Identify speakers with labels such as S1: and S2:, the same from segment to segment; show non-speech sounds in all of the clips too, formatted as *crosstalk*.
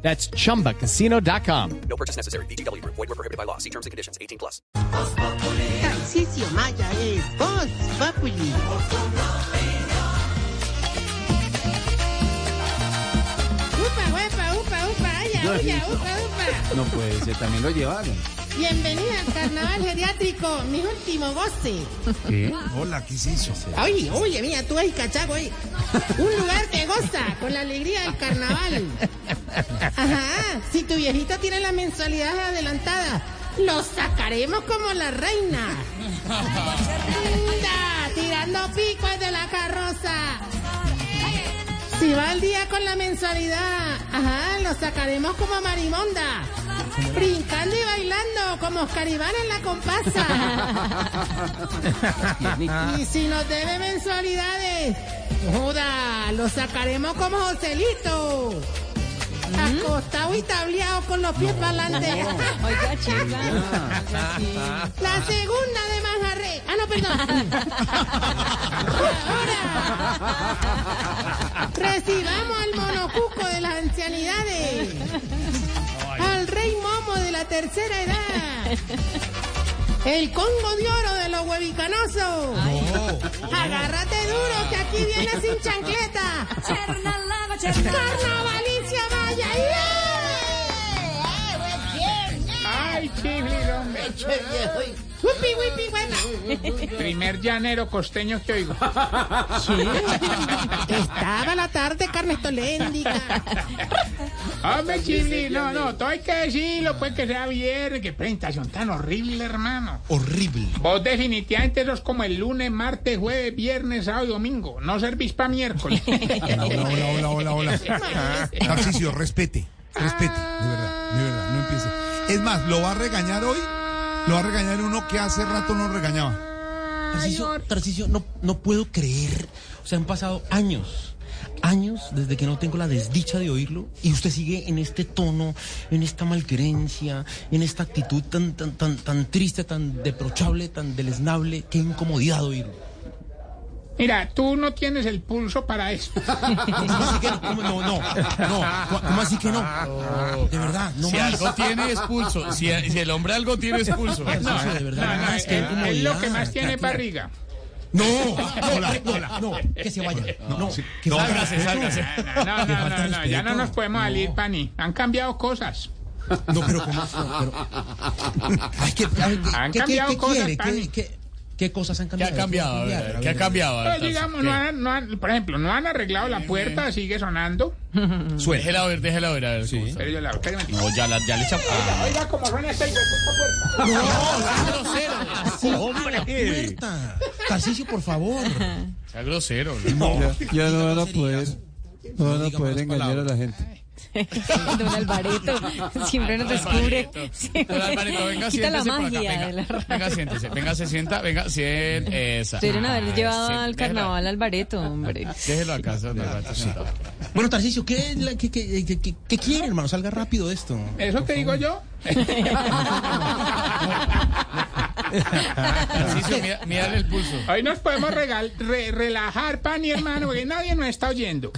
S1: That's chumbacasino.com.
S2: No purchase necessary. BGW. Void were prohibited by law. See terms and conditions. 18 plus.
S3: Tarcisio Maya es Voz Populi. Upa, upa, upa, upa, haya, haya, upa, upa.
S4: No puede ser, también lo llevaron.
S3: Bienvenida al carnaval geriátrico, mi último goce.
S4: Hola, ¿qué es eso?
S3: Oye, oye, mira, tú ahí, cachaco, ahí. Un lugar que goza con la alegría del carnaval. Ajá, si tu viejita tiene la mensualidad adelantada, lo sacaremos como la reina. Anda, tirando picos de la carroza. Si va al día con la mensualidad, ajá, lo sacaremos como marimonda. Brincando y bailando como Oscar Iván en la comparsa. Y si nos debe mensualidades, joda, lo sacaremos como Joselito. Acostado y tableado con los pies para adelante. La segunda de Manjarre. Ah, no, perdón. Ahora. Recibamos al monocuco de las ancianidades. Al rey momo de la tercera edad. El Congo de Oro de los huevicanosos. Agárrate duro que aquí viene sin chancleta. Carnavalicia vaya.
S5: Ay, chifle, hombre.
S3: Whippy, whippy, buena.
S5: Primer llanero costeño que oigo.
S3: Estaba la tarde carnestoléndica.
S5: Hombre, chifle, no, no, todo hay que decirlo, pues que sea viernes. Qué presentación tan horrible, hermano.
S4: Horrible.
S5: Vos definitivamente sos como el lunes, martes, jueves, viernes, sábado y domingo. No servís para *laughs* miércoles.
S4: Hola, hola, hola, hola, hola. Tarcisio, respete. Respete. De verdad, de verdad, no empiece. Es más, lo va a regañar hoy. Lo va a regañar uno que hace rato no regañaba.
S6: Tarcisio, Tarcisio, no, no puedo creer. O sea, han pasado años. Años desde que no tengo la desdicha de oírlo y usted sigue en este tono, en esta malquerencia, en esta actitud tan, tan, tan, tan triste, tan deprochable, tan deleznable. Qué incomodidad oírlo.
S5: Mira, tú no tienes el pulso para esto.
S6: ¿Cómo así que no? ¿Cómo- no, no, no. ¿Cómo- ¿Cómo así que no? De verdad, no
S7: Si
S6: más.
S7: algo tiene es pulso. Si, si el hombre algo tiene es pulso.
S6: Tarcisio, de verdad,
S5: No, no,
S6: no más,
S5: es, Eh,
S6: qué
S5: es lo que
S6: incomodidad.
S5: más tiene *laughs* barriga.
S6: No, no, no, no, que se vaya. No, que vaya.
S7: Sálgase, sálgase.
S5: No, no,
S6: Le
S5: no,
S6: falta
S5: no, no, ya no
S6: respeto.
S5: nos podemos salir, Pani. Han cambiado cosas.
S6: No, pero ¿cómo? Pero- Ay, ¿qué, a ver, ¿qué-
S5: Han
S6: qué- qué-
S5: cambiado
S6: qué
S5: cosas,
S6: quiere?
S5: Pani.
S6: ¿Qué, qué- qué cosas han
S7: ¿Qué
S6: cambiado?
S7: ha cambiado? A ver,
S6: cambiado?
S7: ¿Qué ha cambiado?
S5: Pues
S7: Tarcisio?
S5: digamos,
S7: ¿Qué?
S5: no han, no han- por ejemplo, no han arreglado la puerta, sigue sonando.
S4: Suena.
S7: Déjela ver, déjela ver, a ver. cómo está.
S5: Pero yo la espérame.
S7: No, ya, la, ya le echa. Ah,
S5: Oiga, como suena este esta hijueputa puerta.
S7: sea grosero.
S6: Sí, ¡Hombre! Puerta. Tarcicio, por favor.
S7: Sea grosero.
S8: Ya no van a poder, no van a poder engañar a la gente.
S7: Ah.
S9: *laughs* Don Alvareto siempre nos descubre. siempre
S7: Don Alvarito, venga,
S9: quita la
S7: siéntese por
S9: magia
S7: acá.
S9: de la
S7: Venga,
S9: radio.
S7: venga, siéntese. Venga, se sienta. Venga, siéntese. Esa.
S9: Deben haber
S7: Ah,
S9: llevado
S7: sí,
S9: al
S7: déjela-
S9: carnaval a Alvareto, hombre.
S7: *laughs* Déjelo acá, don Alvarito, sentado.
S6: Bueno, Tarcicio, ¿qué, la- qué, qué, qué- qué- qué quiere, hermano? Salga rápido de esto.
S5: Eso te digo yo.
S7: Tarcisio, mira- *laughs* mírale el pulso.
S5: Hoy nos podemos regal- re- relajar, Pani, hermano, porque nadie nos está oyendo.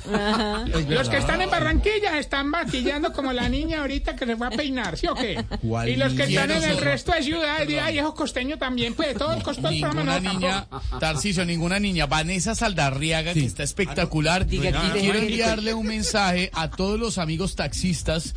S5: Los que están en Barranquilla están vaquillando como la niña ahorita que se fue a peinar, ¿sí o qué?
S6: ¿Cuál
S5: Y los que están
S7: niña?
S5: en el
S7: Nosotros.
S5: resto de ciudades, digo, ay, esos costeños también, pues todo el costo del programa
S7: Ninguna
S5: no
S7: niña,
S5: tampoco.
S7: Tarcisio, ninguna niña. Vanessa Saldarriaga, que está
S5: Ah,
S7: espectacular.
S9: Diga,
S7: y
S9: diga.
S7: quiero enviarle un mensaje a todos los amigos taxistas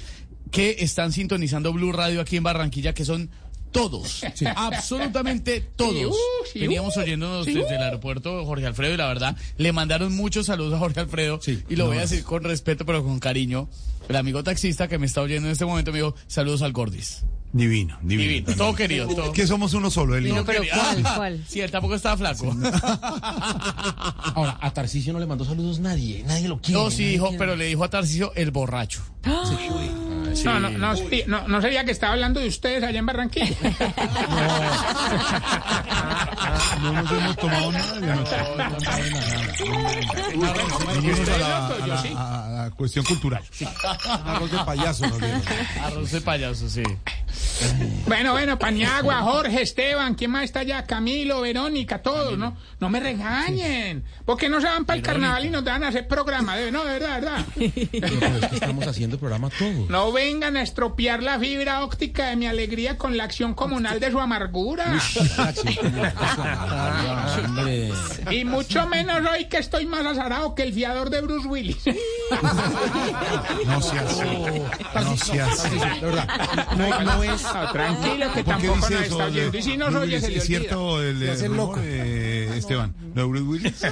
S7: que están sintonizando Blue Radio aquí en Barranquilla, que son todos, absolutamente todos.
S5: uh, sí,
S7: Veníamos
S5: uh,
S7: oyéndonos
S5: sí,
S7: desde
S5: uh.
S7: el aeropuerto Jorge Alfredo y la verdad, le mandaron muchos saludos a Jorge Alfredo y lo voy a decir con respeto, pero con cariño. El amigo taxista que me está oyendo en este momento me dijo, saludos al Gordis.
S4: Divino, divino.
S7: Divino, todo querido. todo-
S4: Es que somos uno solo, él
S9: *laughs*
S4: y
S9: No,
S4: yo.
S9: pero ¿cuál? ¿Cuál?
S7: ah, Sí, él tampoco estaba flaco.
S6: Ahora, a Tarcicio no le mandó saludos nadie. Nadie lo quiere.
S7: *laughs* No, sí
S6: nadie
S7: dijo,
S6: quiere.
S7: pero le dijo a Tarcisio el borracho.
S5: No, no, no, sí, no, no sería que estaba hablando de ustedes allá en Barranquilla.
S4: Ah, No nos hemos tomado nada. yo no sé. Vinimos a la- a la- a la cuestión cultural. Arroz de payaso. nos dieron.
S7: Arroz de payaso, sí.
S5: Bueno, bueno, Paniagua, Jorge, Esteban, ¿quién más está allá? Camilo, Verónica, todos, ¿no? No me regañen, porque no se van para el carnaval y nos van a hacer programa, de, no, de verdad, de verdad.
S4: *laughs*
S6: Pero es que estamos haciendo el programa todos. *laughs*
S5: No vengan a estropear la fibra óptica de mi alegría con la acción comunal de su amargura.
S6: Hombre.
S5: Y mucho menos hoy que estoy más azarado que el fiador de Bruce Willis.
S4: No se hace.
S5: Oh,
S4: No se hace. De verdad.
S6: Pues
S5: No, *laughs* no es. tranquilo, que
S4: ¿Por qué
S5: tampoco
S4: dice
S5: nos
S4: eso?
S5: está oyendo. Y si nos
S4: Bruce
S5: oye,
S4: Willis,
S5: se le
S4: ¿Es
S5: olvida.
S4: cierto el, el rumor, eh, Esteban? ¿Lo de Bruce Willis?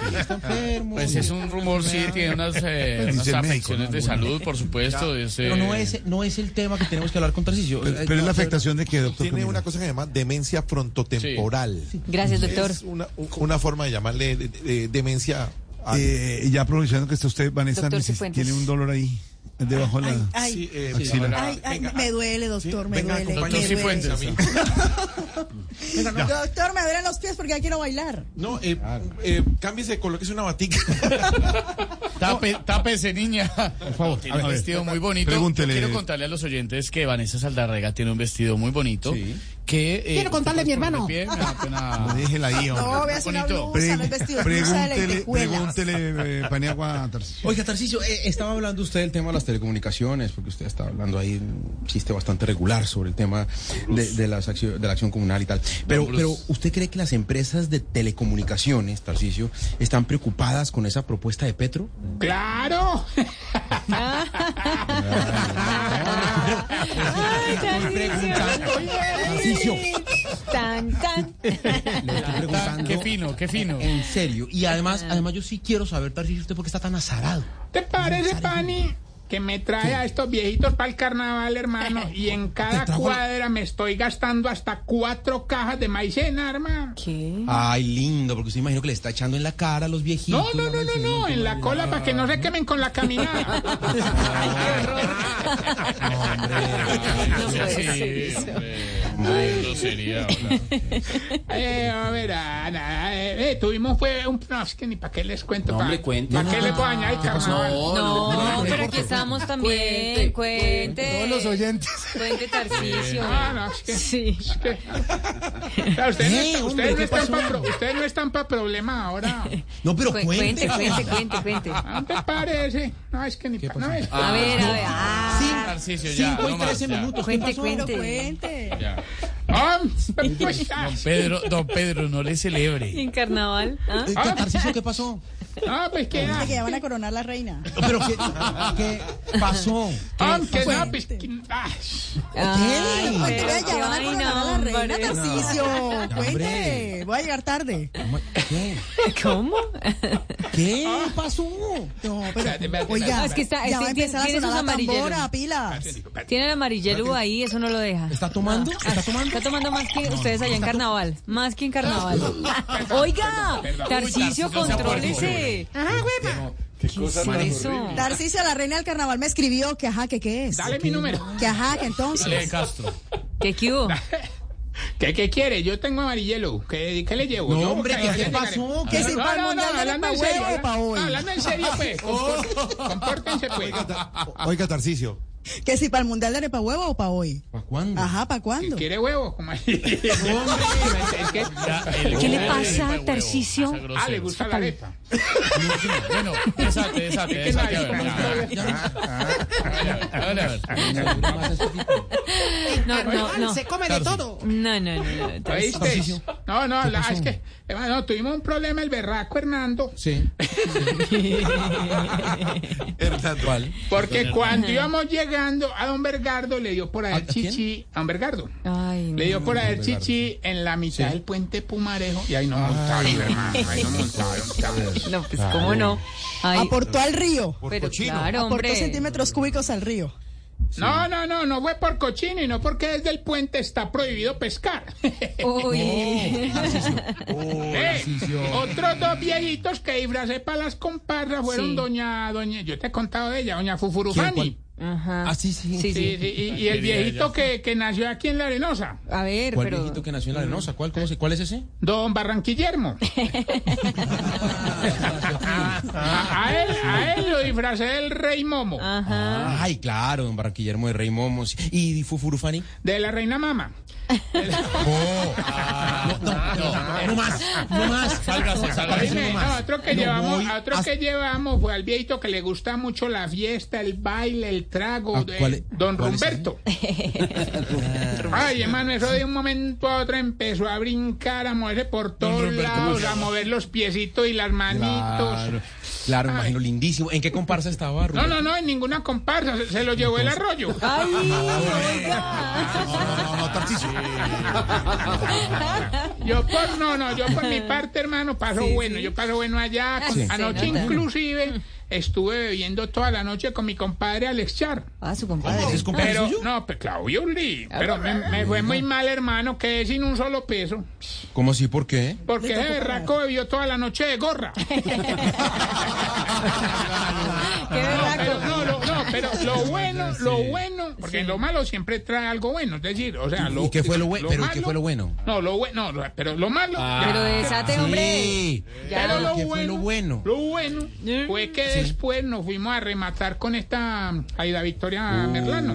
S7: Pues es un rumor, sí, tiene unas, eh,
S4: Pues
S7: unas
S4: dice el médico,
S7: afecciones
S4: ¿no?
S7: de salud, por supuesto. es, eh,
S6: Pero no es, no es el tema que tenemos que hablar con Tarcisio.
S5: pues,
S10: Pero-
S6: Eh,
S4: ¿Pero es
S6: no,
S4: la afectación de qué, doctor?
S10: Tiene
S4: Camilo?
S10: una cosa que se llama demencia frontotemporal.
S9: Gracias, doctor.
S10: Es una, una forma de llamarle de- de- demencia. a-
S4: Eh, ya aprovechando que está usted, Vanessa,
S9: Doctor
S4: neces-
S9: Cifuentes.
S4: tiene un dolor ahí, debajo de la...
S10: Sí, eh,
S4: axila.
S10: ahora,
S11: Ay, ay,
S10: venga,
S11: me
S7: ah,
S11: duele, doctor, me
S10: venga,
S11: duele.
S10: acompáñame.
S11: me
S7: Doctor
S11: duele.
S7: Cifuentes.
S11: Doctor, me duelen los pies porque ya quiero bailar.
S10: No, eh, eh, cámbiese, colóquese una batica.
S7: *laughs* Tape- tápese, niña. Por
S4: favor,
S7: tiene
S4: a
S7: un
S4: ver,
S7: vestido muy bonito.
S4: pregúntele.
S7: Yo Quiero contarle a los oyentes que Vanessa Saldarrega tiene un vestido muy bonito. Que, eh,
S3: Quiero contarle a mi hermano.
S7: de pie,
S3: *laughs*
S7: Ah, me da pena-
S4: Déjela ahí,
S11: No,
S4: hombre.
S11: veas una
S7: bonito.
S11: blusa, no es vestido, blusa de
S4: pregúntele,
S11: lentejuelas.
S4: pregúntele, eh, Paniagua, Tarcisio.
S6: Oiga, Tarcisio, eh, estaba hablando usted del tema de las telecomunicaciones, porque usted estaba hablando ahí un chiste bastante regular sobre el tema de, de las accio- de la acción comunal y tal. Pero,
S7: Bruce.
S6: pero ¿usted cree que las empresas de telecomunicaciones, Tarcisio, están preocupadas con esa propuesta de Petro?
S5: Claro.
S7: *laughs*
S9: Ay, Tarcisio.
S6: Tarcisio,
S9: Tan, tan.
S6: le estoy
S7: Ah,
S6: preguntando.
S7: Qué fino, qué fino.
S6: En serio. Y además, además yo sí quiero saber, Tarcisio, usted por qué está tan azarado.
S5: ¿Te parece, Pani? Que me trae a estos viejitos para el carnaval, hermano.
S6: *laughs*
S5: Y en cada
S6: trajo la-
S5: cuadra me estoy gastando hasta cuatro cajas de maicena, hermano.
S9: ¿Qué?
S6: Ay, lindo, porque usted imagino que le está echando en la cara a los viejitos.
S5: No, no, no, no,
S6: Sí,
S5: no. En la cola para que no se quemen con la caminada.
S6: *laughs*
S9: No puede
S7: Sí,
S9: ser.
S7: hombre. Ay, grosería,
S10: *laughs*
S7: hola.
S5: Eh, a ver, ah, nada, eh, eh, tuvimos fue un... No, es que ni para qué les cuento. ¿Para ¿pa qué les puedo añadir carnaval?
S9: No, pero aquí estamos también. Cuente. Todos los oyentes. Cuente, Tarcisio.
S5: Ah, no, es que-
S9: Sí.
S5: es que- Claro,
S6: *laughs*
S5: ustedes, no
S6: Eh,
S5: están-
S6: hombre,
S5: ustedes no
S6: ¿qué
S5: están
S6: pasó?
S5: pa pro- ustedes no están para problema ahora.
S6: No, pero
S9: Cu- Cuente, cuente, cuente, cuente.
S5: ¿No te parece? No, es que ni para... No, es-
S9: A ver, a ver. Ah,
S7: Tarcisio, ya, no más, ya.
S9: cuente,
S11: Pero
S9: cuente.
S11: cuente.
S5: Ah,
S6: *laughs*
S5: pues, ah,
S7: Pedro, don Pedro, no le celebre.
S9: En carnaval. ¿ah?
S6: Eh, ¿qué, Tarcisio, ¿qué pasó?
S5: ah, pues que nada.
S11: Que ya van a coronar la reina.
S6: ¿Pero qué, qué pasó?
S5: Ah, que nada, pues, que- ah,
S9: Ay,
S11: Cuente,
S9: pero
S11: vea, ya
S9: qué
S11: van a
S9: vaina,
S11: coronar a la reina,
S9: hombre.
S11: Tarcicio.
S6: hombre.
S11: Cuente, voy a llegar tarde.
S6: ¿Qué?
S9: ¿Cómo?
S6: ¿Qué pasó?
S11: No,
S5: espérate,
S11: pero
S5: espérate,
S11: oiga,
S9: Ah, es que está-
S11: ya
S9: este
S11: va a
S9: tiene-
S11: empezar
S9: tiene
S11: a
S9: sus
S11: sonar la
S9: amarillentos.
S11: tambora, pilas.
S9: Tiene el amarillero ahí, eso no lo deja.
S6: ¿Está tomando? ¿Está tomando?
S9: Está tomando más que ustedes allá en carnaval. Más que en
S6: *laughs*
S9: carnaval. Oiga, Tarcicio, contrólese.
S11: Ah,
S3: Ajá, hueva.
S9: ¿Qué es eso?
S11: Tarcicio, la reina del carnaval me escribió que ajá, que qué es.
S5: dale mi número.
S11: Que ajá, que
S7: Le
S11: entonces.
S7: Castro.
S9: ¿Qué que hubo?
S5: ¿Qué, ¿Qué quiere? Yo tengo amarillelo. ¿Qué, qué le llevo?
S6: No,
S5: Yo,
S6: hombre,
S5: que-
S6: ¿qué,
S5: que-
S6: qué pasó?
S11: Que
S5: Ah,
S3: *laughs*
S6: ¿Qué?
S11: si para el mundial dale
S5: hablando
S11: pa'
S5: en serio.
S11: huevo o pa'
S5: habla-
S11: hoy.
S5: no, Hablando en serio,
S6: *laughs*
S5: pues.
S6: Oh.
S5: compor- Compórtense, pues.
S10: Oiga, Tarcicio.
S11: Que si para el mundial dale pa' huevo o pa' hoy.
S6: ¿Para cuándo?
S11: Ajá, ¿pa' cuándo?
S5: Mm. ¿Quiere huevo?
S6: *laughs*
S5: Como ahí. *laughs* Es que-
S9: ¿Qué le pasa, Tarcicio?
S5: Ah, le gusta la arepa.
S7: Bueno, desate, desate,
S5: Es que
S7: desate. A ver,
S5: nadie-
S7: a ver, a ver, a ver.
S9: No, no, no.
S3: Se come de todo.
S9: No, no, no, no. Tarcisio.
S5: ¿Oíste? No, no, la- es que, hermano, tuvimos un problema el berraco, Hernando,
S6: Sí.
S5: *laughs*
S10: Hernando.
S5: porque cuando íbamos llegando a don Bergardo le dio por ahí el
S6: ¿A quién?
S5: chichi, a don Bergardo,
S9: Ay,
S5: le
S9: no.
S5: dio por ahí el chichi en la mitad del puente Pumarejo y ahí nos montaron, hermano, ahí nos montaron.
S9: No, pues cómo no.
S6: Ah,
S9: Ay,
S11: Aportó al río.
S9: pero claro,
S11: Aportó
S9: hombre.
S11: centímetros cúbicos al río.
S5: No, no, no, no fue por cochino y no porque desde el puente está prohibido pescar. *laughs*
S9: Uy.
S5: Eh, otros dos viejitos que disfracé para las comparsas fueron doña, doña, yo te he contado de ella, doña Fufurufani.
S9: Ajá.
S6: Así Ah, sí.
S9: Sí, sí.
S5: Sí, sí, y, y el viejito que, que nació aquí en La Arenosa,
S9: A ver,
S6: ¿Cuál
S9: pero.
S6: viejito que nació en la Arenosa? ¿Cuál, cómo se- ¿Cuál es ese?
S5: don Barranquillermo. Ah. A, a él, a él lo disfracé del Rey Momo,
S9: Ajá.
S6: Ay, claro, don Barranquillermo de Rey Momos. ¿Y *laughs* Fufurufani? Oh.
S5: de la Reina Mama.
S6: No, no más, no más. Sálgase,
S5: Dime, no, otro que
S6: No
S5: llevamos,
S6: voy
S5: a otro
S6: a-
S5: que llevamos fue al viejito que le gusta mucho la fiesta, el baile, el trago,
S6: Ah,
S5: de-
S6: ¿cuál es-
S5: don
S6: cuál es *laughs* Ah.
S5: Rumberto. Ay, hermano, eso de un momento a otro empezó a brincar, a moverse por todos
S7: Rumberto,
S5: lados,
S7: uy.
S5: a mover los piecitos y las
S6: Claro,
S5: manitos.
S6: claro, me imagino, lindísimo. ¿En qué comparsa estaba,
S5: No,
S6: Rubén?
S5: no, no, en ninguna comparsa, se, se lo llevó el arroyo. *laughs*
S9: Ay, oiga.
S4: No, no, no, no, Tarcicio.
S5: Yo por no, no, yo por mi parte, hermano, paso bueno, yo paso bueno allá. con-
S9: Sí.
S5: Anoche
S9: Se nota.
S5: inclusive estuve bebiendo toda la noche con mi compadre Alex Char.
S9: Ah, su compadre.
S6: ¿Ese es compadre
S5: Pero,
S6: suyo?
S5: no, pues Claudio Lee. Pero me, me fue muy mal, hermano, quedé sin un solo peso.
S6: ¿Cómo así? ¿Por qué?
S5: Porque ese berraco bebió toda la noche
S9: *laughs*
S5: de gorra.
S9: *laughs* Qué
S5: No,
S9: berraco.
S5: pero, no, lo- no, pero
S9: *laughs*
S5: lo bueno, lo bueno, porque lo malo siempre trae algo bueno, es decir, o sea, lo
S6: ¿Y qué fue lo bue- pero qué fue lo bueno?
S5: No, lo bueno, no, pero lo malo.
S9: Pero
S6: Este
S9: desate, hombre.
S6: Ah, Sí.
S9: Ya.
S5: Pero lo
S6: ¿Qué fue
S5: bueno,
S6: lo bueno?
S5: lo bueno
S9: ¿Eh?
S5: fue que después nos fuimos a rematar con esta Aida Victoria
S6: Uh,
S5: Merlano.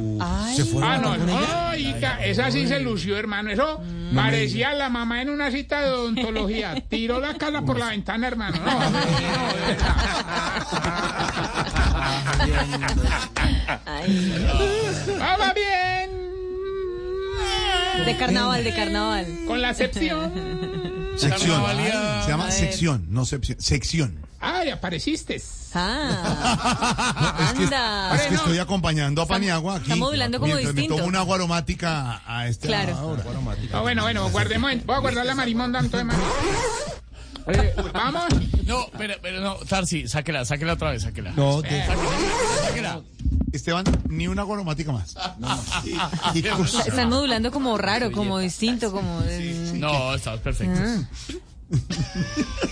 S6: ¿Se fueron
S5: Ah,
S6: a
S5: no,
S6: matar con ella?
S5: oiga, esa sí se lució, hermano. Eso parecía la mamá en una cita de odontología. *laughs* Tiró la cara por la ventana, hermano. *laughs* No, no, de verdad.
S9: Ay,
S5: Vamos Ah, bien.
S9: de carnaval, de carnaval.
S5: Con la excepción.
S4: Sección.
S7: Carnavalía.
S4: Se llama
S9: ver.
S4: sección, no sección. Sección.
S5: Ay, apareciste.
S9: Ah,
S4: No, es, que,
S9: anda.
S4: es que estoy acompañando a Paniagua aquí.
S9: está modulando como
S4: mientras
S9: distinto.
S4: Me tomo una agua aromática a este
S9: Claro.
S4: ahora.
S5: Ah, bueno, bueno, guardemos. en- Voy a guardar la marimonda entonces, hermano. Eh, Vamos.
S7: No, pero, pero no, Tarsi, sáquela, sáquela otra vez, sáquela.
S6: No, de-
S7: Sáquela.
S4: Esteban, ni una agua aromática más.
S5: *laughs*
S4: Qué cosa.
S9: Están modulando como raro, como distinto, como.
S7: No, estabas perfecto.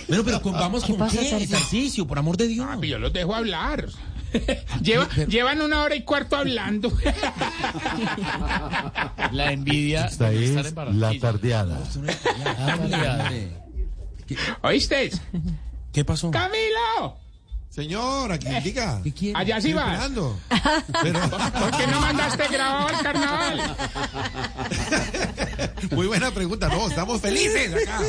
S6: Bueno, pero con- vamos con
S9: pasa,
S6: qué,
S9: Tarcisio?
S6: Tarcisio, por amor de Dios.
S5: Ah, pues yo los dejo hablar. Lleva- llevan una hora y cuarto hablando. *laughs*
S7: La envidia
S8: Esta
S7: de
S8: es
S7: estar en
S8: la
S7: Barranquilla.
S8: tardeada.
S5: ¿Oíste?
S6: ¿Qué pasó?
S5: ¡Camilo!
S10: Señor, aquí diga.
S6: ¿Qué quiere?
S5: Allá sí vas. *laughs*
S10: Esperando.
S4: *laughs*
S5: ¿Por qué no mandaste grabado al carnaval?
S10: Muy buena pregunta. No, estamos felices acá.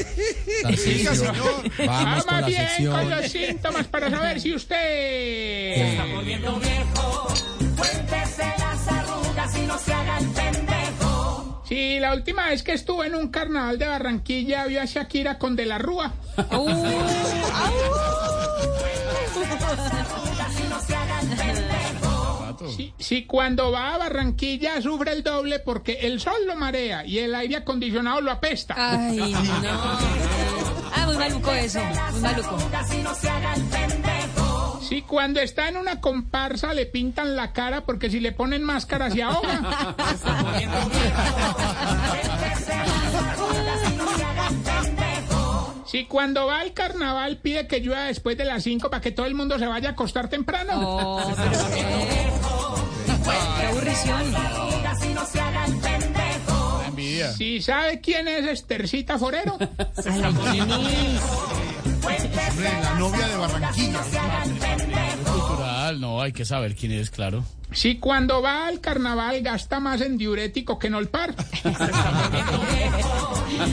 S6: Tarcisio,
S10: Diga, señor.
S6: Vamos con la
S5: Vamos bien con
S6: sección. Eh.
S5: los síntomas para saber si usted. Sí, la última vez que estuve en un carnaval de Barranquilla vio a Shakira con De la Rúa.
S9: Uh,
S5: Si, si cuando va a Barranquilla sufre el doble porque el sol lo marea y el aire acondicionado lo apesta.
S9: Ay, no. Ah, muy maluco eso. Muy maluco.
S5: Si cuando está en una comparsa le pintan la cara porque si le ponen máscara se ahoga. Si cuando va al carnaval pide que llueva después de las 5 para que todo el mundo se vaya a acostar temprano.
S9: Oh, pero qué. Qué aburrición.
S7: La envidia.
S5: Si sabe quién es Estercita
S9: *laughs*
S5: Forero.
S4: Hombre, la novia de Barranquilla.
S7: Cultural, no, hay que saber quién es, claro.
S5: Si cuando va al carnaval gasta más en diurético que en olpar.
S9: *laughs*
S5: Ah,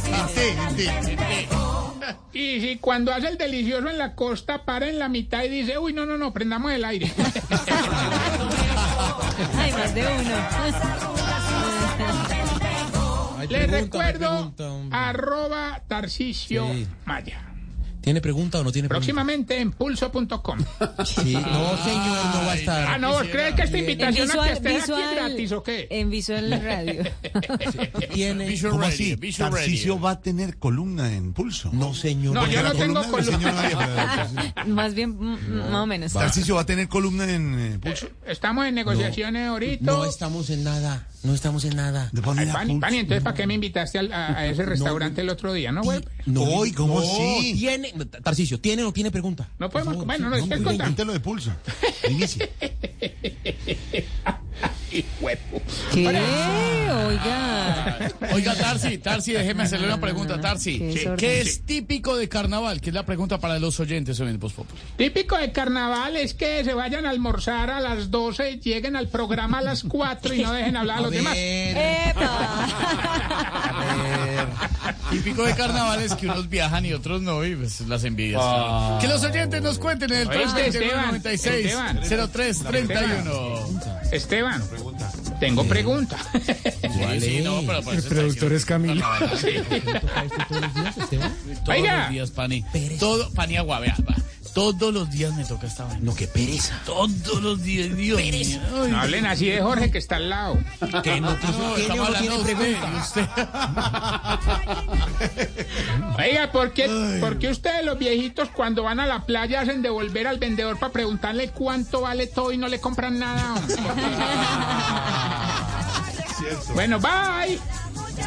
S4: Gente, gente.
S5: Y si cuando hace el delicioso en la costa para en la mitad y dice, uy, no, no, no, prendamos el
S9: *laughs*
S5: aire. *laughs*
S9: Ay, más de uno.
S6: Ay,
S5: Le
S6: pregunta,
S5: recuerdo,
S6: pregunta, hombre.
S5: arroba Tarcicio Maya.
S6: ¿Tiene pregunta o no tiene pregunta?
S5: Próximamente en
S6: *laughs*
S5: pulso.com.
S6: Sí. No, señor, no va a estar.
S5: Ah, no, ¿vos crees que esta
S9: En
S5: invitación a que
S9: visual,
S5: estén aquí es
S9: visual, eh,
S5: gratis o qué?
S9: en visual
S5: *laughs*
S9: radio. *laughs*
S6: ¿Tiene?
S7: Visual
S4: ¿Cómo
S7: Radio,
S4: así?
S7: Visual Radio.
S4: Tarcicio va a tener columna en pulso.
S6: No, señor.
S5: No,
S4: Porque
S5: yo
S4: la
S5: no tengo
S4: columna del señor
S5: columna. *laughs*
S4: Nadia, pero-
S9: Más bien, mm, más o menos.
S4: Tarcicio va a tener columna en eh, pulso.
S5: Estamos en negociaciones ahorita.
S6: No estamos en nada. No estamos en nada.
S5: Ay, Pani, Pani, entonces, ¿para qué me invitaste al- a, a ese restaurante el otro día, no, güey?
S6: No,
S4: Uy, ¿cómo así?
S6: Tiene, Tarcicio, ¿tiene o no tiene pregunta?
S5: No podemos. bueno, no,
S4: No,
S5: estés
S4: no,
S5: contando.
S4: lo de pulso. Inicie.
S5: Huevo.
S9: ¿Qué? Oiga.
S7: Oiga, Tarsi, Tarsi, déjeme hacerle una
S5: Ah,
S7: pregunta, Tarsi.
S9: Qué
S7: ¿Qué,
S9: desorden.
S7: es típico de carnaval? Que es la pregunta para los oyentes hoy en Voz Populi.
S5: Típico de carnaval es que se vayan a almorzar a las 12, lleguen al programa a las 4 y no dejen hablar a los demás.
S9: *laughs* ¡Epa!
S7: Típico de carnaval es que unos viajan y otros no, y pues las envidias.
S6: Ah.
S7: Que los oyentes nos cuenten en el
S5: Oye,
S7: 396
S5: Esteban,
S7: 0331
S5: *laughs* Esteban, tengo pregunta. *laughs*
S7: Sí, sí, no, pero pues, para eso está
S8: productor es Camilo.
S7: Todos
S5: Oiga.
S7: los días, Pani. Todo, Pani agua, vea, va. Todos los días me toca esta vaina.
S6: No, qué pereza.
S7: Todos los días, Dios mío. Ay,
S5: No hablen así de Jorge *laughs* que está al lado.
S6: Que no,
S7: no,
S6: tiene
S7: estamos
S6: o no tiene
S7: hablando de usted,
S6: pregunta.
S7: de usted.
S5: Oiga, ¿por qué, por qué ustedes los viejitos cuando van a la playa hacen devolver al vendedor para preguntarle cuánto vale todo y no le compran nada? hombre? bueno, bye. *laughs*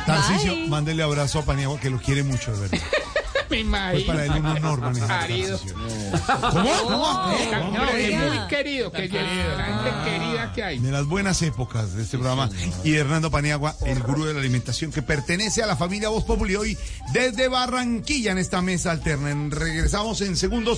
S4: Tarcicio,
S9: Bye.
S4: mándele abrazo a Paniagua, que lo quiere mucho, de verdad.
S5: Me
S4: Pues para él
S5: imagino.
S4: un honor manejar a
S5: Árido.
S4: Tarcicio. ¿Cómo? ¿Cómo?
S5: No, es
S9: Oiga.
S5: muy querido, que es de la
S4: Ah.
S5: gente querida que hay.
S4: De las buenas épocas de este programa. Y Hernando Paniagua, el gurú de la alimentación, que pertenece a la familia Voz Populi hoy desde Barranquilla en esta mesa alterna. En- Regresamos en segundos.